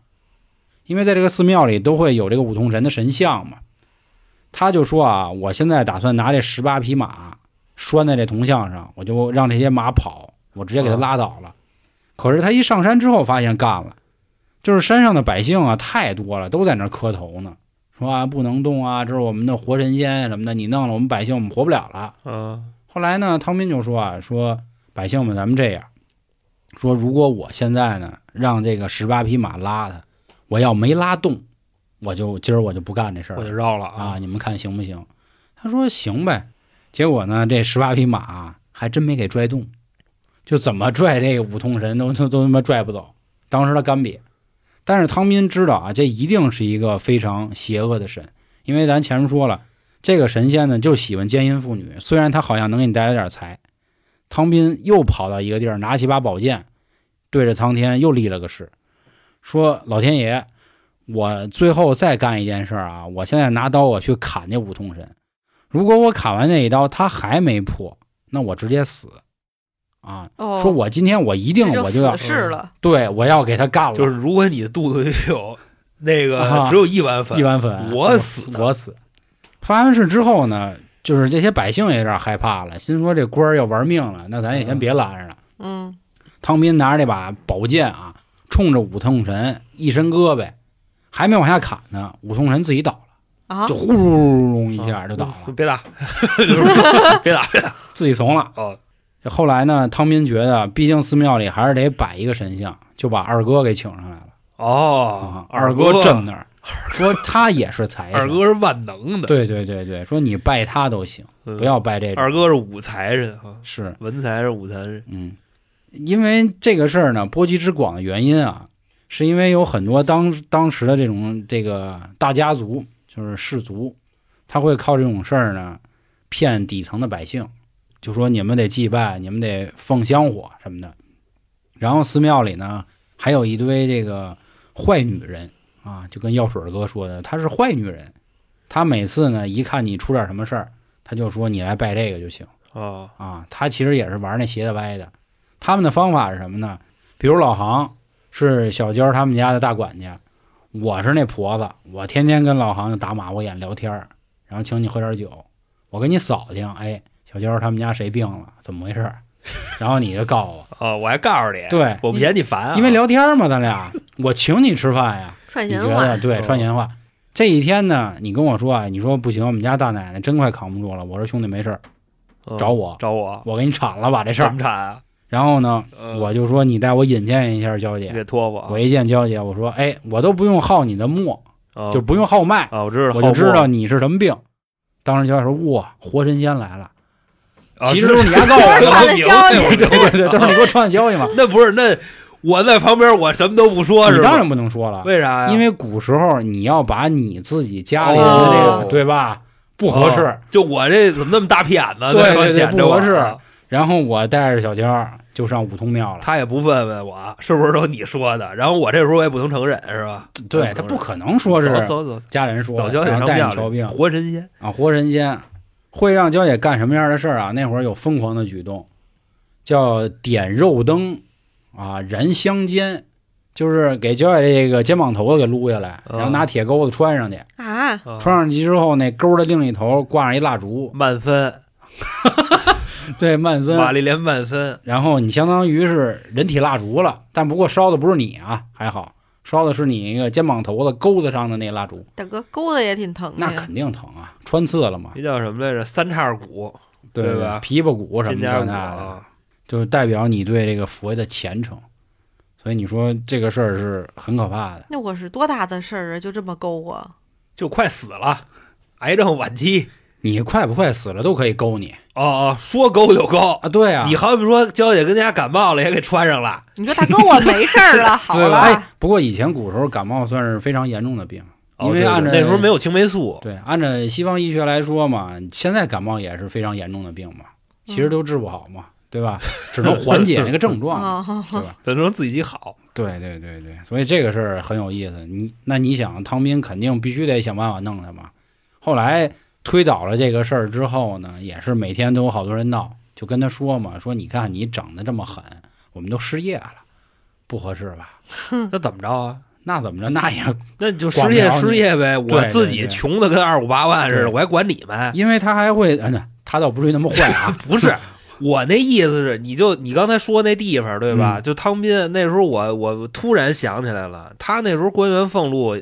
Speaker 1: 因为在这个寺庙里都会有这个五通神的神像嘛。他就说啊，我现在打算拿这十八匹马拴在这铜像上，我就让这些马跑，我直接给他拉倒了。可是他一上山之后，发现干了，就是山上的百姓啊太多了，都在那儿磕头呢，说啊不能动啊，这是我们的活神仙什么的，你弄了我们百姓，我们活不了了。
Speaker 3: 嗯
Speaker 1: 后来呢，汤斌就说啊，说百姓们，咱们这样，说如果我现在呢让这个十八匹马拉他，我要没拉动，我就今儿我就不干这事儿
Speaker 3: 我
Speaker 1: 了
Speaker 3: 就绕了
Speaker 1: 啊，，你们看行不行？他说行呗。结果呢，这十八匹马啊还真没给拽动，就怎么拽这个五通神都都都他妈拽不走。当时他干瘪，但是汤斌知道啊，这一定是一个非常邪恶的神，因为咱前面说了，这个神仙呢就喜欢奸淫妇女。虽然他好像能给你带来点财，汤斌又跑到一个地儿，拿起把宝剑，对着苍天又立了个誓，说老天爷，我最后再干一件事儿啊！我现在拿刀我去砍那五通神，如果我砍完那一刀他还没破，那我直接死啊！
Speaker 2: 哦，
Speaker 1: 说我今天我一定
Speaker 2: 这就
Speaker 1: 我就要
Speaker 2: 死士了，
Speaker 1: 对我要给他干了，
Speaker 3: 就是如果你的肚子里有那个
Speaker 1: 啊
Speaker 3: 只有一碗粉
Speaker 1: 一，碗粉，嗯
Speaker 3: 我死
Speaker 1: 我死。发完誓之后呢，就是这些百姓也有点害怕了，心说这官儿要玩命了，那咱也先别拦着了。
Speaker 2: 嗯，
Speaker 1: 汤斌拿着这把宝剑啊，冲着武通神一伸胳膊，还没往下砍呢，武通神自己倒了，
Speaker 2: 啊
Speaker 1: 就，呼隆一下就倒了，
Speaker 3: 嗯别打， 就是 别打，别打
Speaker 1: 自己怂了。
Speaker 3: 哦，
Speaker 1: 后来呢，汤斌觉得，毕竟寺庙里还是得摆一个神像，就把二哥给请上来了。啊
Speaker 3: 哦，
Speaker 1: 二
Speaker 3: 哥
Speaker 1: 站那儿，说他也是财神。
Speaker 3: 二哥是万能的，
Speaker 1: 对对对对，说你拜他都行，
Speaker 3: 嗯
Speaker 1: 不要拜这种。
Speaker 3: 二哥是武财神啊，
Speaker 1: 是，
Speaker 3: 文财是武财神，
Speaker 1: 嗯，因为这个事儿呢，波及之广的原因啊，是因为有很多当当时的这种这个大家族，就是氏族，他会靠这种事儿呢，骗底层的百姓，就说你们得祭拜，你们得奉香火什么的。然后寺庙里呢，还有一堆这个坏女人啊，就跟药水儿哥说的，她是坏女人，她每次呢一看你出点什么事儿，她就说你来拜这个就行。
Speaker 3: 啊，
Speaker 1: 啊，他其实也是玩那斜的歪的。他们的方法是什么呢？比如老杭是小娇他们家的大管家，我是那婆子，我天天跟老杭就打马虎眼聊天儿，然后请你喝点酒，我给你扫听，哎，小娇他们家谁病了，怎么回事儿？然后你就告我，
Speaker 3: 哦，我还告诉你，
Speaker 1: 对，
Speaker 3: 我不嫌你烦啊，
Speaker 1: 因为聊天儿嘛，咱俩，我请你吃饭呀，
Speaker 2: 串
Speaker 1: 你
Speaker 2: 闲
Speaker 1: 觉
Speaker 2: 话
Speaker 1: 得，对
Speaker 3: 嗯
Speaker 1: 传闲话？这一天呢，你跟我说啊，你说不行，我们家大奶奶真快扛不住了。我说兄弟没事儿，
Speaker 3: 嗯
Speaker 1: 找我，
Speaker 3: 找我，
Speaker 1: 我给你铲了吧这事
Speaker 3: 什
Speaker 1: 儿
Speaker 3: 么。产啊？
Speaker 1: 然后呢，
Speaker 3: 嗯
Speaker 1: 我就说你带我引荐一下娇
Speaker 3: 你
Speaker 1: 姐。
Speaker 3: 给托付啊
Speaker 1: 我一见娇姐，我说哎，我都不用耗你的墨，
Speaker 3: 啊，
Speaker 1: 就不用号脉，
Speaker 3: 啊，我知道，
Speaker 1: 我就知
Speaker 3: 好
Speaker 1: 道你是什么病。当时娇姐说哇，活神仙来 了，
Speaker 3: 过，啊
Speaker 1: 其实
Speaker 3: 是
Speaker 1: 都是你丫告诉我的
Speaker 2: 传的
Speaker 1: 吧。
Speaker 2: 消息，
Speaker 1: 对对对对，都是你给我传的消息嘛。
Speaker 3: 那不是那我在旁边，我什么都不说，是
Speaker 1: 你
Speaker 3: 吧
Speaker 1: 当然不能说了，
Speaker 3: 为啥呀？
Speaker 1: 因为古时候你要把你自己家里人的这
Speaker 3: 哦
Speaker 1: 个对吧不合适，
Speaker 3: 哦就我这怎么那么大屁眼子？
Speaker 1: 对
Speaker 3: 那帮
Speaker 1: 对对
Speaker 3: 显着
Speaker 1: 不
Speaker 3: 我
Speaker 1: 合适
Speaker 3: 啊
Speaker 1: 然后我带着小娇儿就上五通庙了。
Speaker 3: 他也不问问我是不是都你说的，然后我这时候我也不能承认，是吧？
Speaker 1: 对他不可能说是
Speaker 3: 走走走，
Speaker 1: 家人说
Speaker 3: 老
Speaker 1: 的，
Speaker 3: 焦也
Speaker 1: 然
Speaker 3: 上
Speaker 1: 后带你
Speaker 3: 庙
Speaker 1: 烧
Speaker 3: 里
Speaker 1: 病，
Speaker 3: 活神仙
Speaker 1: 啊，活神仙会让娇姐干什么样的事儿啊？那会儿有疯狂的举动，叫点肉灯啊，燃香肩，就是给娇姐这个肩膀头子给撸下来，然后
Speaker 3: 嗯
Speaker 1: 拿铁钩子穿上去，
Speaker 2: 啊，
Speaker 3: 啊，
Speaker 1: 穿上去之后，那钩的另一头挂上一蜡烛，
Speaker 3: 满分
Speaker 1: 对曼森，
Speaker 3: 玛丽莲·曼森，
Speaker 1: 然后你相当于是人体蜡烛了，但不过烧的不是你啊，还好，烧的是你那个肩膀头子钩子上的那蜡烛，
Speaker 3: 嗯
Speaker 2: 大哥勾的也挺疼
Speaker 1: 那
Speaker 2: 的呀。
Speaker 1: 肯定疼啊，穿刺了嘛，
Speaker 3: 那叫什么来着？三叉骨、
Speaker 1: 对
Speaker 3: 对吧
Speaker 1: 琵琶骨什
Speaker 3: 金
Speaker 1: 么
Speaker 3: 家
Speaker 1: 这
Speaker 3: 骨
Speaker 1: 那的，
Speaker 3: 啊，
Speaker 1: 就是代表你对这个佛的虔诚，所以你说这个事儿是很可怕的。
Speaker 2: 那我是多大的事儿啊，就这么勾我？
Speaker 3: 就快死了，癌症晚期。
Speaker 1: 你快不快死了都可以勾你
Speaker 3: 哦哦，说勾就勾。
Speaker 1: 啊，对啊，
Speaker 3: 你好比说娇姐跟家感冒了，也给穿上了。
Speaker 2: 你说大哥，我没事儿了，好
Speaker 1: 对吧？哎
Speaker 2: 了，
Speaker 1: 不过以前古时候感冒算是非常严重的病，
Speaker 3: 哦
Speaker 1: 因为
Speaker 3: 对对
Speaker 1: 按照
Speaker 3: 那时候没有青霉素，
Speaker 1: 对，按照西方医学来说嘛，现在感冒也是非常严重的病嘛，其
Speaker 3: 嗯
Speaker 1: 实都治不好嘛，对吧？只能缓解那个症状嘛，
Speaker 2: 啊，哼
Speaker 1: 对吧？
Speaker 3: 只能自己好。
Speaker 1: 对对对对，所以这个事儿很有意思。你那你想，汤斌肯定必须得想办法弄他嘛。后来推倒了这个事儿之后呢，也是每天都有好多人闹，就跟他说嘛，说你看你长得这么狠，我们都失业了，不合适吧？
Speaker 3: 那怎么着啊？
Speaker 1: 那怎么着？那 也
Speaker 3: 那你就
Speaker 1: 管不
Speaker 3: 失业
Speaker 1: 了你
Speaker 3: 失业呗，我
Speaker 1: 对
Speaker 3: 自
Speaker 1: 对
Speaker 3: 己
Speaker 1: 对
Speaker 3: 穷的跟二五八万似
Speaker 1: 对
Speaker 3: 的，我还管你们？。
Speaker 1: 因为他还会，哎、那他倒不至于那么坏啊
Speaker 3: 不是，我那意思是，你就你刚才说那地方对吧？
Speaker 1: 嗯
Speaker 3: 就汤斌那时候我，我突然想起来了，他那时候官员俸禄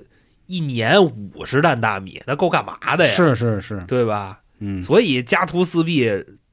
Speaker 3: 一年五十担大米，那够干嘛的呀？，
Speaker 1: 是是是，
Speaker 3: 对吧？
Speaker 1: 嗯
Speaker 3: 所以家徒四壁，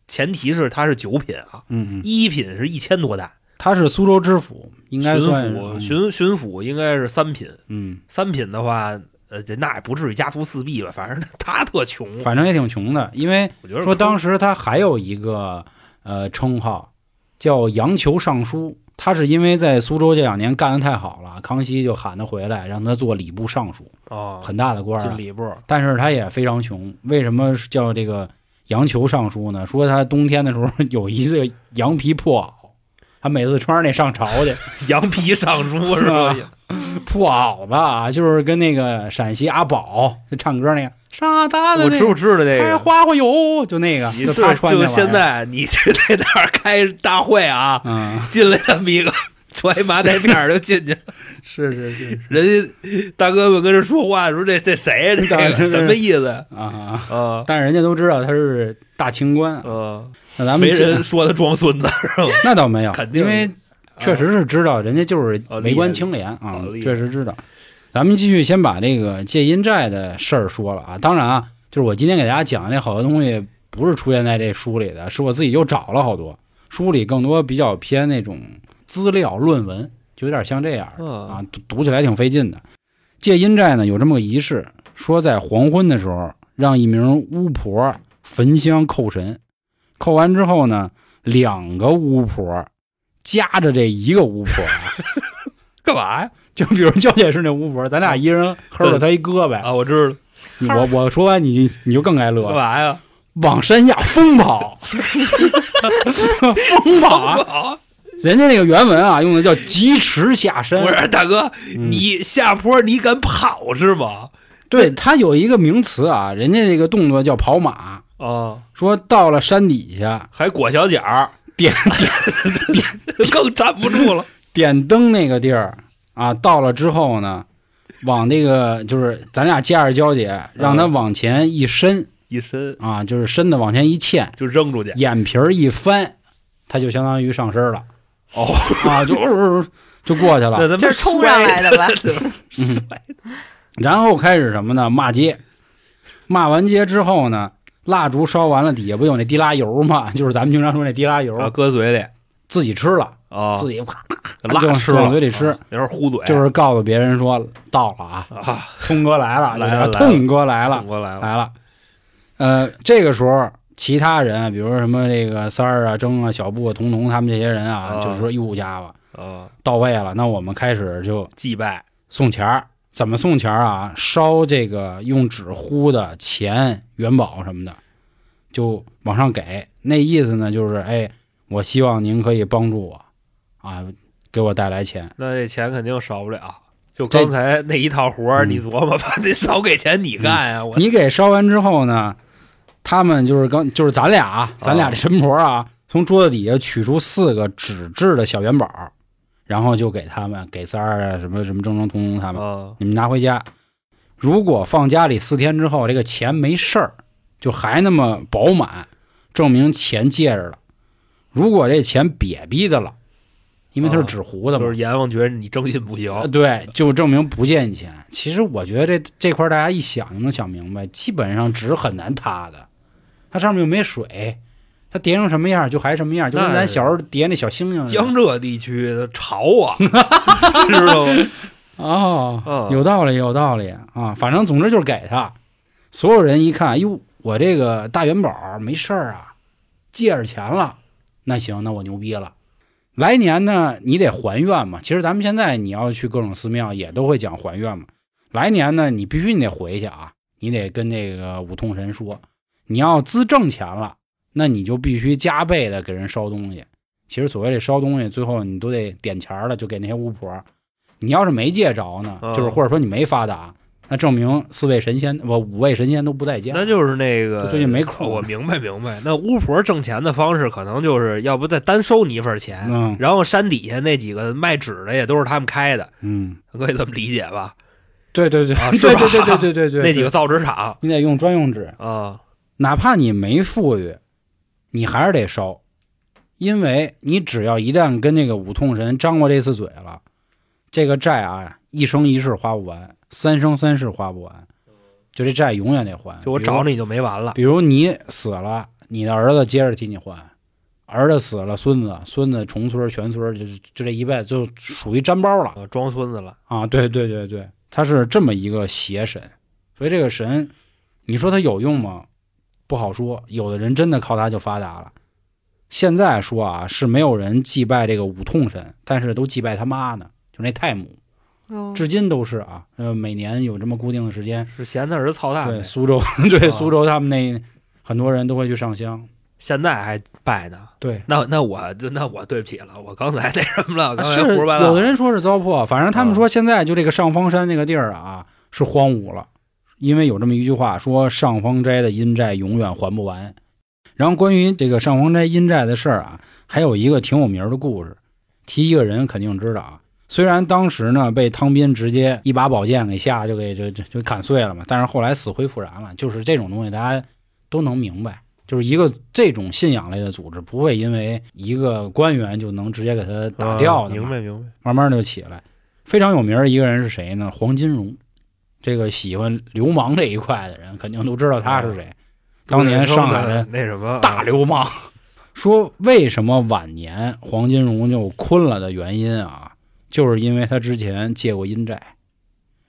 Speaker 3: 前提是他是九品啊，
Speaker 1: 嗯嗯，
Speaker 3: 一品是一千多担，
Speaker 1: 他是苏州知府，应该
Speaker 3: 巡
Speaker 1: 算是
Speaker 3: 抚巡巡抚应该是三品，
Speaker 1: 嗯，
Speaker 3: 三品的话。呃，这那也不至于家徒四壁吧，反正他特穷，
Speaker 1: 嗯反正也挺穷的，因为
Speaker 3: 我觉得
Speaker 1: 说当
Speaker 3: 时
Speaker 1: 时他还有一个呃称号叫“杨球尚书”，他是因为在苏州这两年干得太好了，康熙就喊他回来，让他做礼部尚书，
Speaker 3: 哦，
Speaker 1: 很大的官儿
Speaker 3: 进
Speaker 1: 啊。
Speaker 3: 礼部，
Speaker 1: 但是他也非常穷，为什么叫这个“杨球尚书”呢？说他冬天的时候 有一次羊皮破袄，他每次穿着那上朝去
Speaker 3: 羊皮尚 书是
Speaker 1: 啊
Speaker 3: 吧？
Speaker 1: 破袄子啊，就是跟那个陕西阿宝就唱歌那个傻大的
Speaker 3: 我
Speaker 1: 那
Speaker 3: 知
Speaker 1: 个
Speaker 3: 我知道那
Speaker 1: 开
Speaker 3: 个，
Speaker 1: 花花油，就那个，
Speaker 3: 你
Speaker 1: 就是他穿
Speaker 3: 就
Speaker 1: 那
Speaker 3: 现
Speaker 1: 玩意儿，
Speaker 3: 在你去在那儿开大会啊，
Speaker 1: 嗯，
Speaker 3: 进来这么一个揣一麻袋片儿就进去了，
Speaker 1: 是是是
Speaker 3: 人家大哥们跟这说话说这这谁呀、
Speaker 1: 大
Speaker 3: 这
Speaker 1: 哥
Speaker 3: 个什么意思
Speaker 1: 啊，
Speaker 3: 啊？
Speaker 1: 但是人家都知道他是大清官，
Speaker 3: 嗯，
Speaker 1: 那咱们
Speaker 3: 没
Speaker 1: 进
Speaker 3: 人说他装孙子，
Speaker 1: 那倒没有，
Speaker 3: 肯定哦
Speaker 1: 因为确实是知道人家就是为官清廉啊
Speaker 3: 哦厉害哦厉，害
Speaker 1: 确实知道。咱们继续先把这个借阴债的事儿说了啊，当然啊，就是我今天给大家讲的这好多东西不是出现在这书里的，是我自己又找了好多，书里更多比较偏那种资料论文，就有点像这样的。
Speaker 3: 啊
Speaker 1: 啊，读读起来挺费劲的。借阴债呢有这么个仪式，说在黄昏的时候，让一名巫婆焚香叩神，叩完之后呢，两个巫婆夹着这一个巫婆啊，
Speaker 3: 干嘛呀？
Speaker 1: 就比如娇姐是那巫婆，咱俩一人呵了她一胳膊，
Speaker 3: 啊，我知道
Speaker 1: 你我我说完你你就更该乐
Speaker 3: 干
Speaker 1: 了，
Speaker 3: 嘛呀？
Speaker 1: 往山下疯 跑，疯跑啊！
Speaker 3: 啊，
Speaker 1: 人家那个原文啊用的叫疾驰下山
Speaker 3: 不，是大哥，
Speaker 1: 嗯
Speaker 3: 你下坡你敢跑是吗？
Speaker 1: 对他有一个名词啊，人家这个动作叫跑马，
Speaker 3: 啊，
Speaker 1: 说到了山底下
Speaker 3: 还裹小脚儿，
Speaker 1: 点
Speaker 3: 更站不住了。
Speaker 1: 点灯那个地儿啊，到了之后呢，往那个就是咱俩架着交姐，让他往前一伸
Speaker 3: 一伸
Speaker 1: 啊，就是身子往前一欠，
Speaker 3: 就扔出去，
Speaker 1: 眼皮儿一翻，他就相当于上身了
Speaker 3: 哦
Speaker 1: 啊，就、就过去
Speaker 3: 那
Speaker 1: 了，
Speaker 2: 这
Speaker 3: 他妈
Speaker 2: 是冲
Speaker 3: 摔
Speaker 2: 上来的吧？
Speaker 3: 摔
Speaker 1: 然后开始什么呢？骂街，骂完街之后呢，蜡烛烧完了，底下不有那滴拉油吗？就是咱们经常说那滴拉油，
Speaker 3: 啊，搁嘴里
Speaker 1: 自己吃了，
Speaker 3: 啊，
Speaker 1: 自己咵
Speaker 3: 给拉吃
Speaker 1: 就往
Speaker 3: 了，
Speaker 1: 嘴里吃
Speaker 3: 啊，有点糊嘴，
Speaker 1: 就是告诉别人说到了啊，
Speaker 3: 啊，
Speaker 1: 通哥来了，就
Speaker 3: 来了
Speaker 1: 是
Speaker 3: 来了
Speaker 1: 痛哥来
Speaker 3: 反
Speaker 1: 了，
Speaker 3: 过来了，
Speaker 1: 来了。呃，这个时候，其他人，比如说什么这个三儿啊、征啊、小布啊、童童他们这些人啊，
Speaker 3: 啊
Speaker 1: 就说：“哟家伙，
Speaker 3: 啊，
Speaker 1: 到位了，那我们开始就
Speaker 3: 祭拜，
Speaker 1: 送钱儿。怎么送钱儿啊？烧这个用纸糊的钱、元宝什么的，就往上给。那意思呢，就是哎，我希望您可以帮助我，啊，给我带来钱。
Speaker 3: 那这钱肯定少不了。就
Speaker 1: 这
Speaker 3: 刚才那一套活儿，
Speaker 1: 嗯
Speaker 3: 你琢磨吧，得 少给钱你干呀，我
Speaker 1: 你给烧完之后呢，他们就是刚就是咱俩啊，咱俩这神婆啊，从桌子底下取出四个纸质的小元宝，然后就给他们给三儿啊什么什么铮铮通通他们，
Speaker 3: 啊，
Speaker 1: 你们拿回家。如果放家里四天之后，这个钱没事儿，就还那么饱满，证明钱借着了。如果这钱瘪逼的了，因为它是
Speaker 3: 啊
Speaker 1: 纸糊的嘛，
Speaker 3: 就是阎王觉得你征信不行，
Speaker 1: 呃对，就证明不借你钱。其实我觉得这这块儿大家一想就能想明白，基本上纸很难塌的，它上面又没水，它叠成什么样儿就还什么样儿，就跟
Speaker 3: 那
Speaker 1: 咱
Speaker 3: 是
Speaker 1: 小时候叠那小星星似
Speaker 3: 江
Speaker 1: 的。
Speaker 3: 浙地区的潮啊， 知道吗？
Speaker 1: 哦
Speaker 3: 嗯，
Speaker 1: 有道理，有道理啊！反正总之就是给他，所有人一看，哟，我这个大元宝儿没事儿啊，借着钱了，那行，那我牛逼了。来年呢，你得还愿嘛。其实咱们现在你要去各种寺庙，也都会讲还愿嘛。来年呢，你必须你得回去啊，你得跟那个五通神说，你要资挣钱了，那你就必须加倍的给人烧东西。其实所谓这烧东西，最后你都得点钱儿了，就给那些巫婆。你要是没借着呢，
Speaker 3: 嗯
Speaker 1: 就是或者说你没发达，那证明四位神仙不五位神仙都不在家。
Speaker 3: 那就是那个
Speaker 1: 就最近没空
Speaker 3: 我明白明白。那巫婆挣钱的方式，可能就是要不再单收你一份钱，
Speaker 1: 嗯
Speaker 3: 然后山底下那几个卖纸的也都是他们开的，
Speaker 1: 嗯，
Speaker 3: 可以这么理解吧？
Speaker 1: 对对对，
Speaker 3: 啊
Speaker 1: 对
Speaker 3: 是吧
Speaker 1: 对对对对对对，
Speaker 3: 那几个造纸厂
Speaker 1: 你得用专用纸，
Speaker 3: 啊，
Speaker 1: 哪怕你没富裕，你还是得烧，因为你只要一旦跟那个五痛神张过这次嘴了，这个债啊，一生一世还不完，三生三世还不完，就这债永远得还。
Speaker 3: 就我
Speaker 1: 比如
Speaker 3: 找你就没完了。
Speaker 1: 比如你死了，你的儿子接着替你还，儿子死了，孙子，孙子重村儿全村儿，就是就这一辈子就属于粘包了。
Speaker 3: 啊，装孙子了，
Speaker 1: 啊，对对对对，他是这么一个邪神，所以这个神，你说他有用吗？不好说，有的人真的靠他就发达了。现在说啊，是没有人祭拜这个五痛神，但是都祭拜他妈呢，就那太母，
Speaker 2: 哦
Speaker 1: 至今都是啊。呃，每年有这么固定的时间，
Speaker 3: 是嫌他儿子操蛋
Speaker 1: 对
Speaker 3: 呗。
Speaker 1: 苏州， 对
Speaker 3: 啊
Speaker 1: 苏州他们那很多人都会去上香，
Speaker 3: 现在还拜呢，
Speaker 1: 对。
Speaker 3: 那那我那我对不起了，我刚才那什么了，刚才
Speaker 1: 是
Speaker 3: 胡说八道。
Speaker 1: 有的人说是糟粕，反正他们
Speaker 3: 啊
Speaker 1: 说现在就这个上方山那个地儿啊是荒芜了，因为有这么一句话说上方斋的阴债永远还不完。然后关于这个上方斋阴债的事儿啊，还有一个挺有名儿的故事，提一个人肯定知道啊。虽然当时呢被汤斌直接一把宝剑给下就给就就就砍碎了嘛，但是后来死灰复燃了。就是这种东西大家都能明白，就是一个这种信仰类的组织不会因为一个官员就能直接给他打掉
Speaker 3: 啊
Speaker 1: 的嘛。
Speaker 3: 明白明白。
Speaker 1: 慢慢就起来。非常有名儿一个人是谁呢？黄金荣，这个喜欢流氓这一块的人肯定都知道他是谁。当年上海
Speaker 3: 的
Speaker 1: 的
Speaker 3: 那什么
Speaker 1: 大流氓。啊 说为什么晚年黄金荣就困了的原因啊，就是因为他之前借过阴债。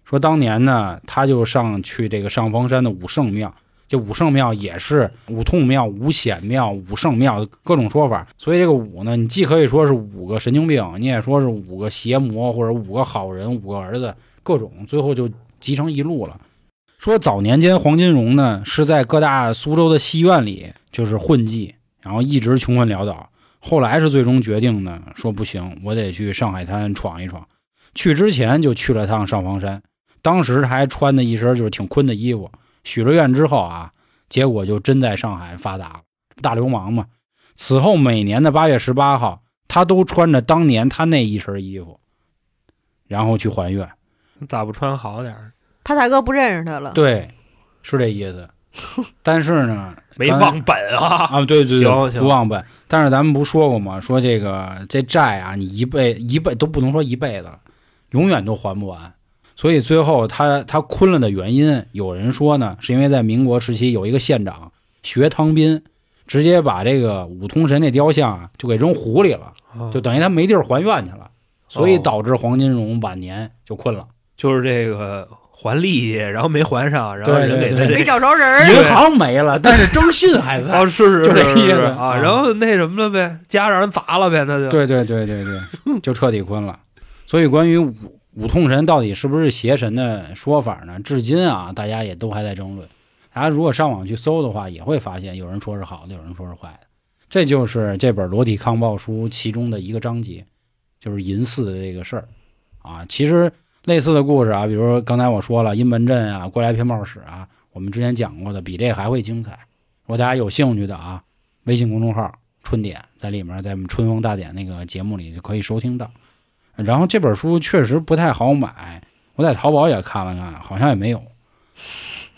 Speaker 1: 说当年呢，他就上去这个上方山的武圣庙，这武圣庙也是五痛庙、五显庙、武圣庙各种说法。所以这个五呢，你既可以说是五个神经病，你也说是五个邪魔或者五个好人、五个儿子，各种最后就集成一路了。说早年间黄金荣呢是在各大苏州的戏院里就是混迹，然后一直穷困潦倒。后来是最终决定呢，说不行，我得去上海滩闯一闯。去之前就去了趟上房山，当时还穿的一身就是挺坤的衣服。许了愿之后啊，结果就真在上海发达了，大流氓嘛。此后每年的八月十八号，他都穿着当年他那一身衣服，然后去还愿。
Speaker 3: 咋不穿好点儿？
Speaker 2: 怕大哥不认识他了。
Speaker 1: 对，是这意思。但是呢，
Speaker 3: 没
Speaker 1: 刚
Speaker 3: 忘本啊！
Speaker 1: 啊，对对
Speaker 3: 行
Speaker 1: 对，
Speaker 3: 行
Speaker 1: 不忘本。但是咱们不说过吗？说这个这债啊，你一辈一辈都不能说一辈子了，永远都还不完。所以最后他他困了的原因，有人说呢，是因为在民国时期有一个县长学汤斌，直接把这个五通神那雕像啊就给扔湖里了，
Speaker 3: 啊
Speaker 1: 就等于他没地儿还愿去了，所以
Speaker 3: 哦
Speaker 1: 导致黄金荣晚年就困了。
Speaker 3: 就是这个还利息，然后没还上，然后
Speaker 1: 对
Speaker 3: 人给
Speaker 1: 对
Speaker 3: 他
Speaker 1: 对
Speaker 3: 这
Speaker 2: 没找着人
Speaker 3: 一
Speaker 2: 儿，
Speaker 3: 个
Speaker 1: 银行没了，但是征信还在。
Speaker 3: 哦，是是
Speaker 1: 就是这意
Speaker 3: 是
Speaker 1: 思
Speaker 3: 是啊，
Speaker 1: 嗯
Speaker 3: 然后那什么了呗，家让人砸了呗，那就
Speaker 1: 对对对对对，就彻底昏了。所以关于五五痛神到底是不是邪神的说法呢，至今啊，大家也都还在争论。大家如果上网去搜的话，也会发现有人说是好的，有人说是坏的。这就是这本《裸体抗暴书》其中的一个章节，就是银寺的这个事儿啊。其实类似的故事啊，比如说刚才我说了阴门阵啊、过来骗报史啊，我们之前讲过的，比这还会精彩。如果大家有兴趣的啊，微信公众号春点，在里面在我们春风大典那个节目里就可以收听到。然后这本书确实不太好买，我在淘宝也看了看，好像也没有。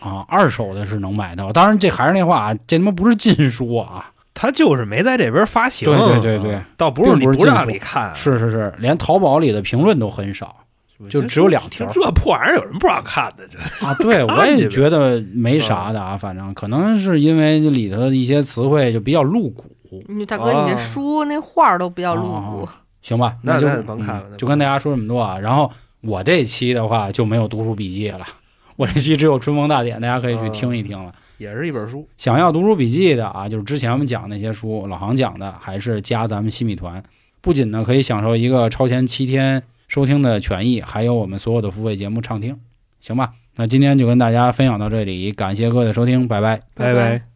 Speaker 1: 啊，二手的是能买到，当然这还是那话啊，这他妈不是禁书啊，
Speaker 3: 他就是没在这边发行，啊
Speaker 1: 对对对对，
Speaker 3: 倒不是你
Speaker 1: 并不是
Speaker 3: 不
Speaker 1: 禁
Speaker 3: 让
Speaker 1: 书
Speaker 3: 你看，
Speaker 1: 是是是，连淘宝里的评论都很少就只有两条
Speaker 3: 就这破玩意儿有人不让看的，这
Speaker 1: 啊。对，我
Speaker 3: 看
Speaker 1: 也
Speaker 3: 见
Speaker 1: 觉得没啥的啊，反正可能是因为这里头的一些词汇就比较露骨，
Speaker 2: 你大哥，你
Speaker 3: 哦
Speaker 2: 这书那画儿都比较露骨，
Speaker 1: 行吧？
Speaker 3: 那
Speaker 1: 就
Speaker 3: 那甭看了那
Speaker 1: 嗯
Speaker 3: 甭
Speaker 1: 就跟大家说这么多啊。然后我这期的话就没有读书笔记了，我这期只有春风大典，大家可以去
Speaker 3: 啊
Speaker 1: 听一听了。
Speaker 3: 也是一本书。
Speaker 1: 想要读书笔记的啊，就是之前我们讲那些书，老航讲的，还是加咱们新米团。不仅呢可以享受一个超前七天收听的权益，还有我们所有的付费节目畅听，行吧？那今天就跟大家分享到这里，感谢各位的收听，拜拜。
Speaker 3: 拜拜
Speaker 2: 拜。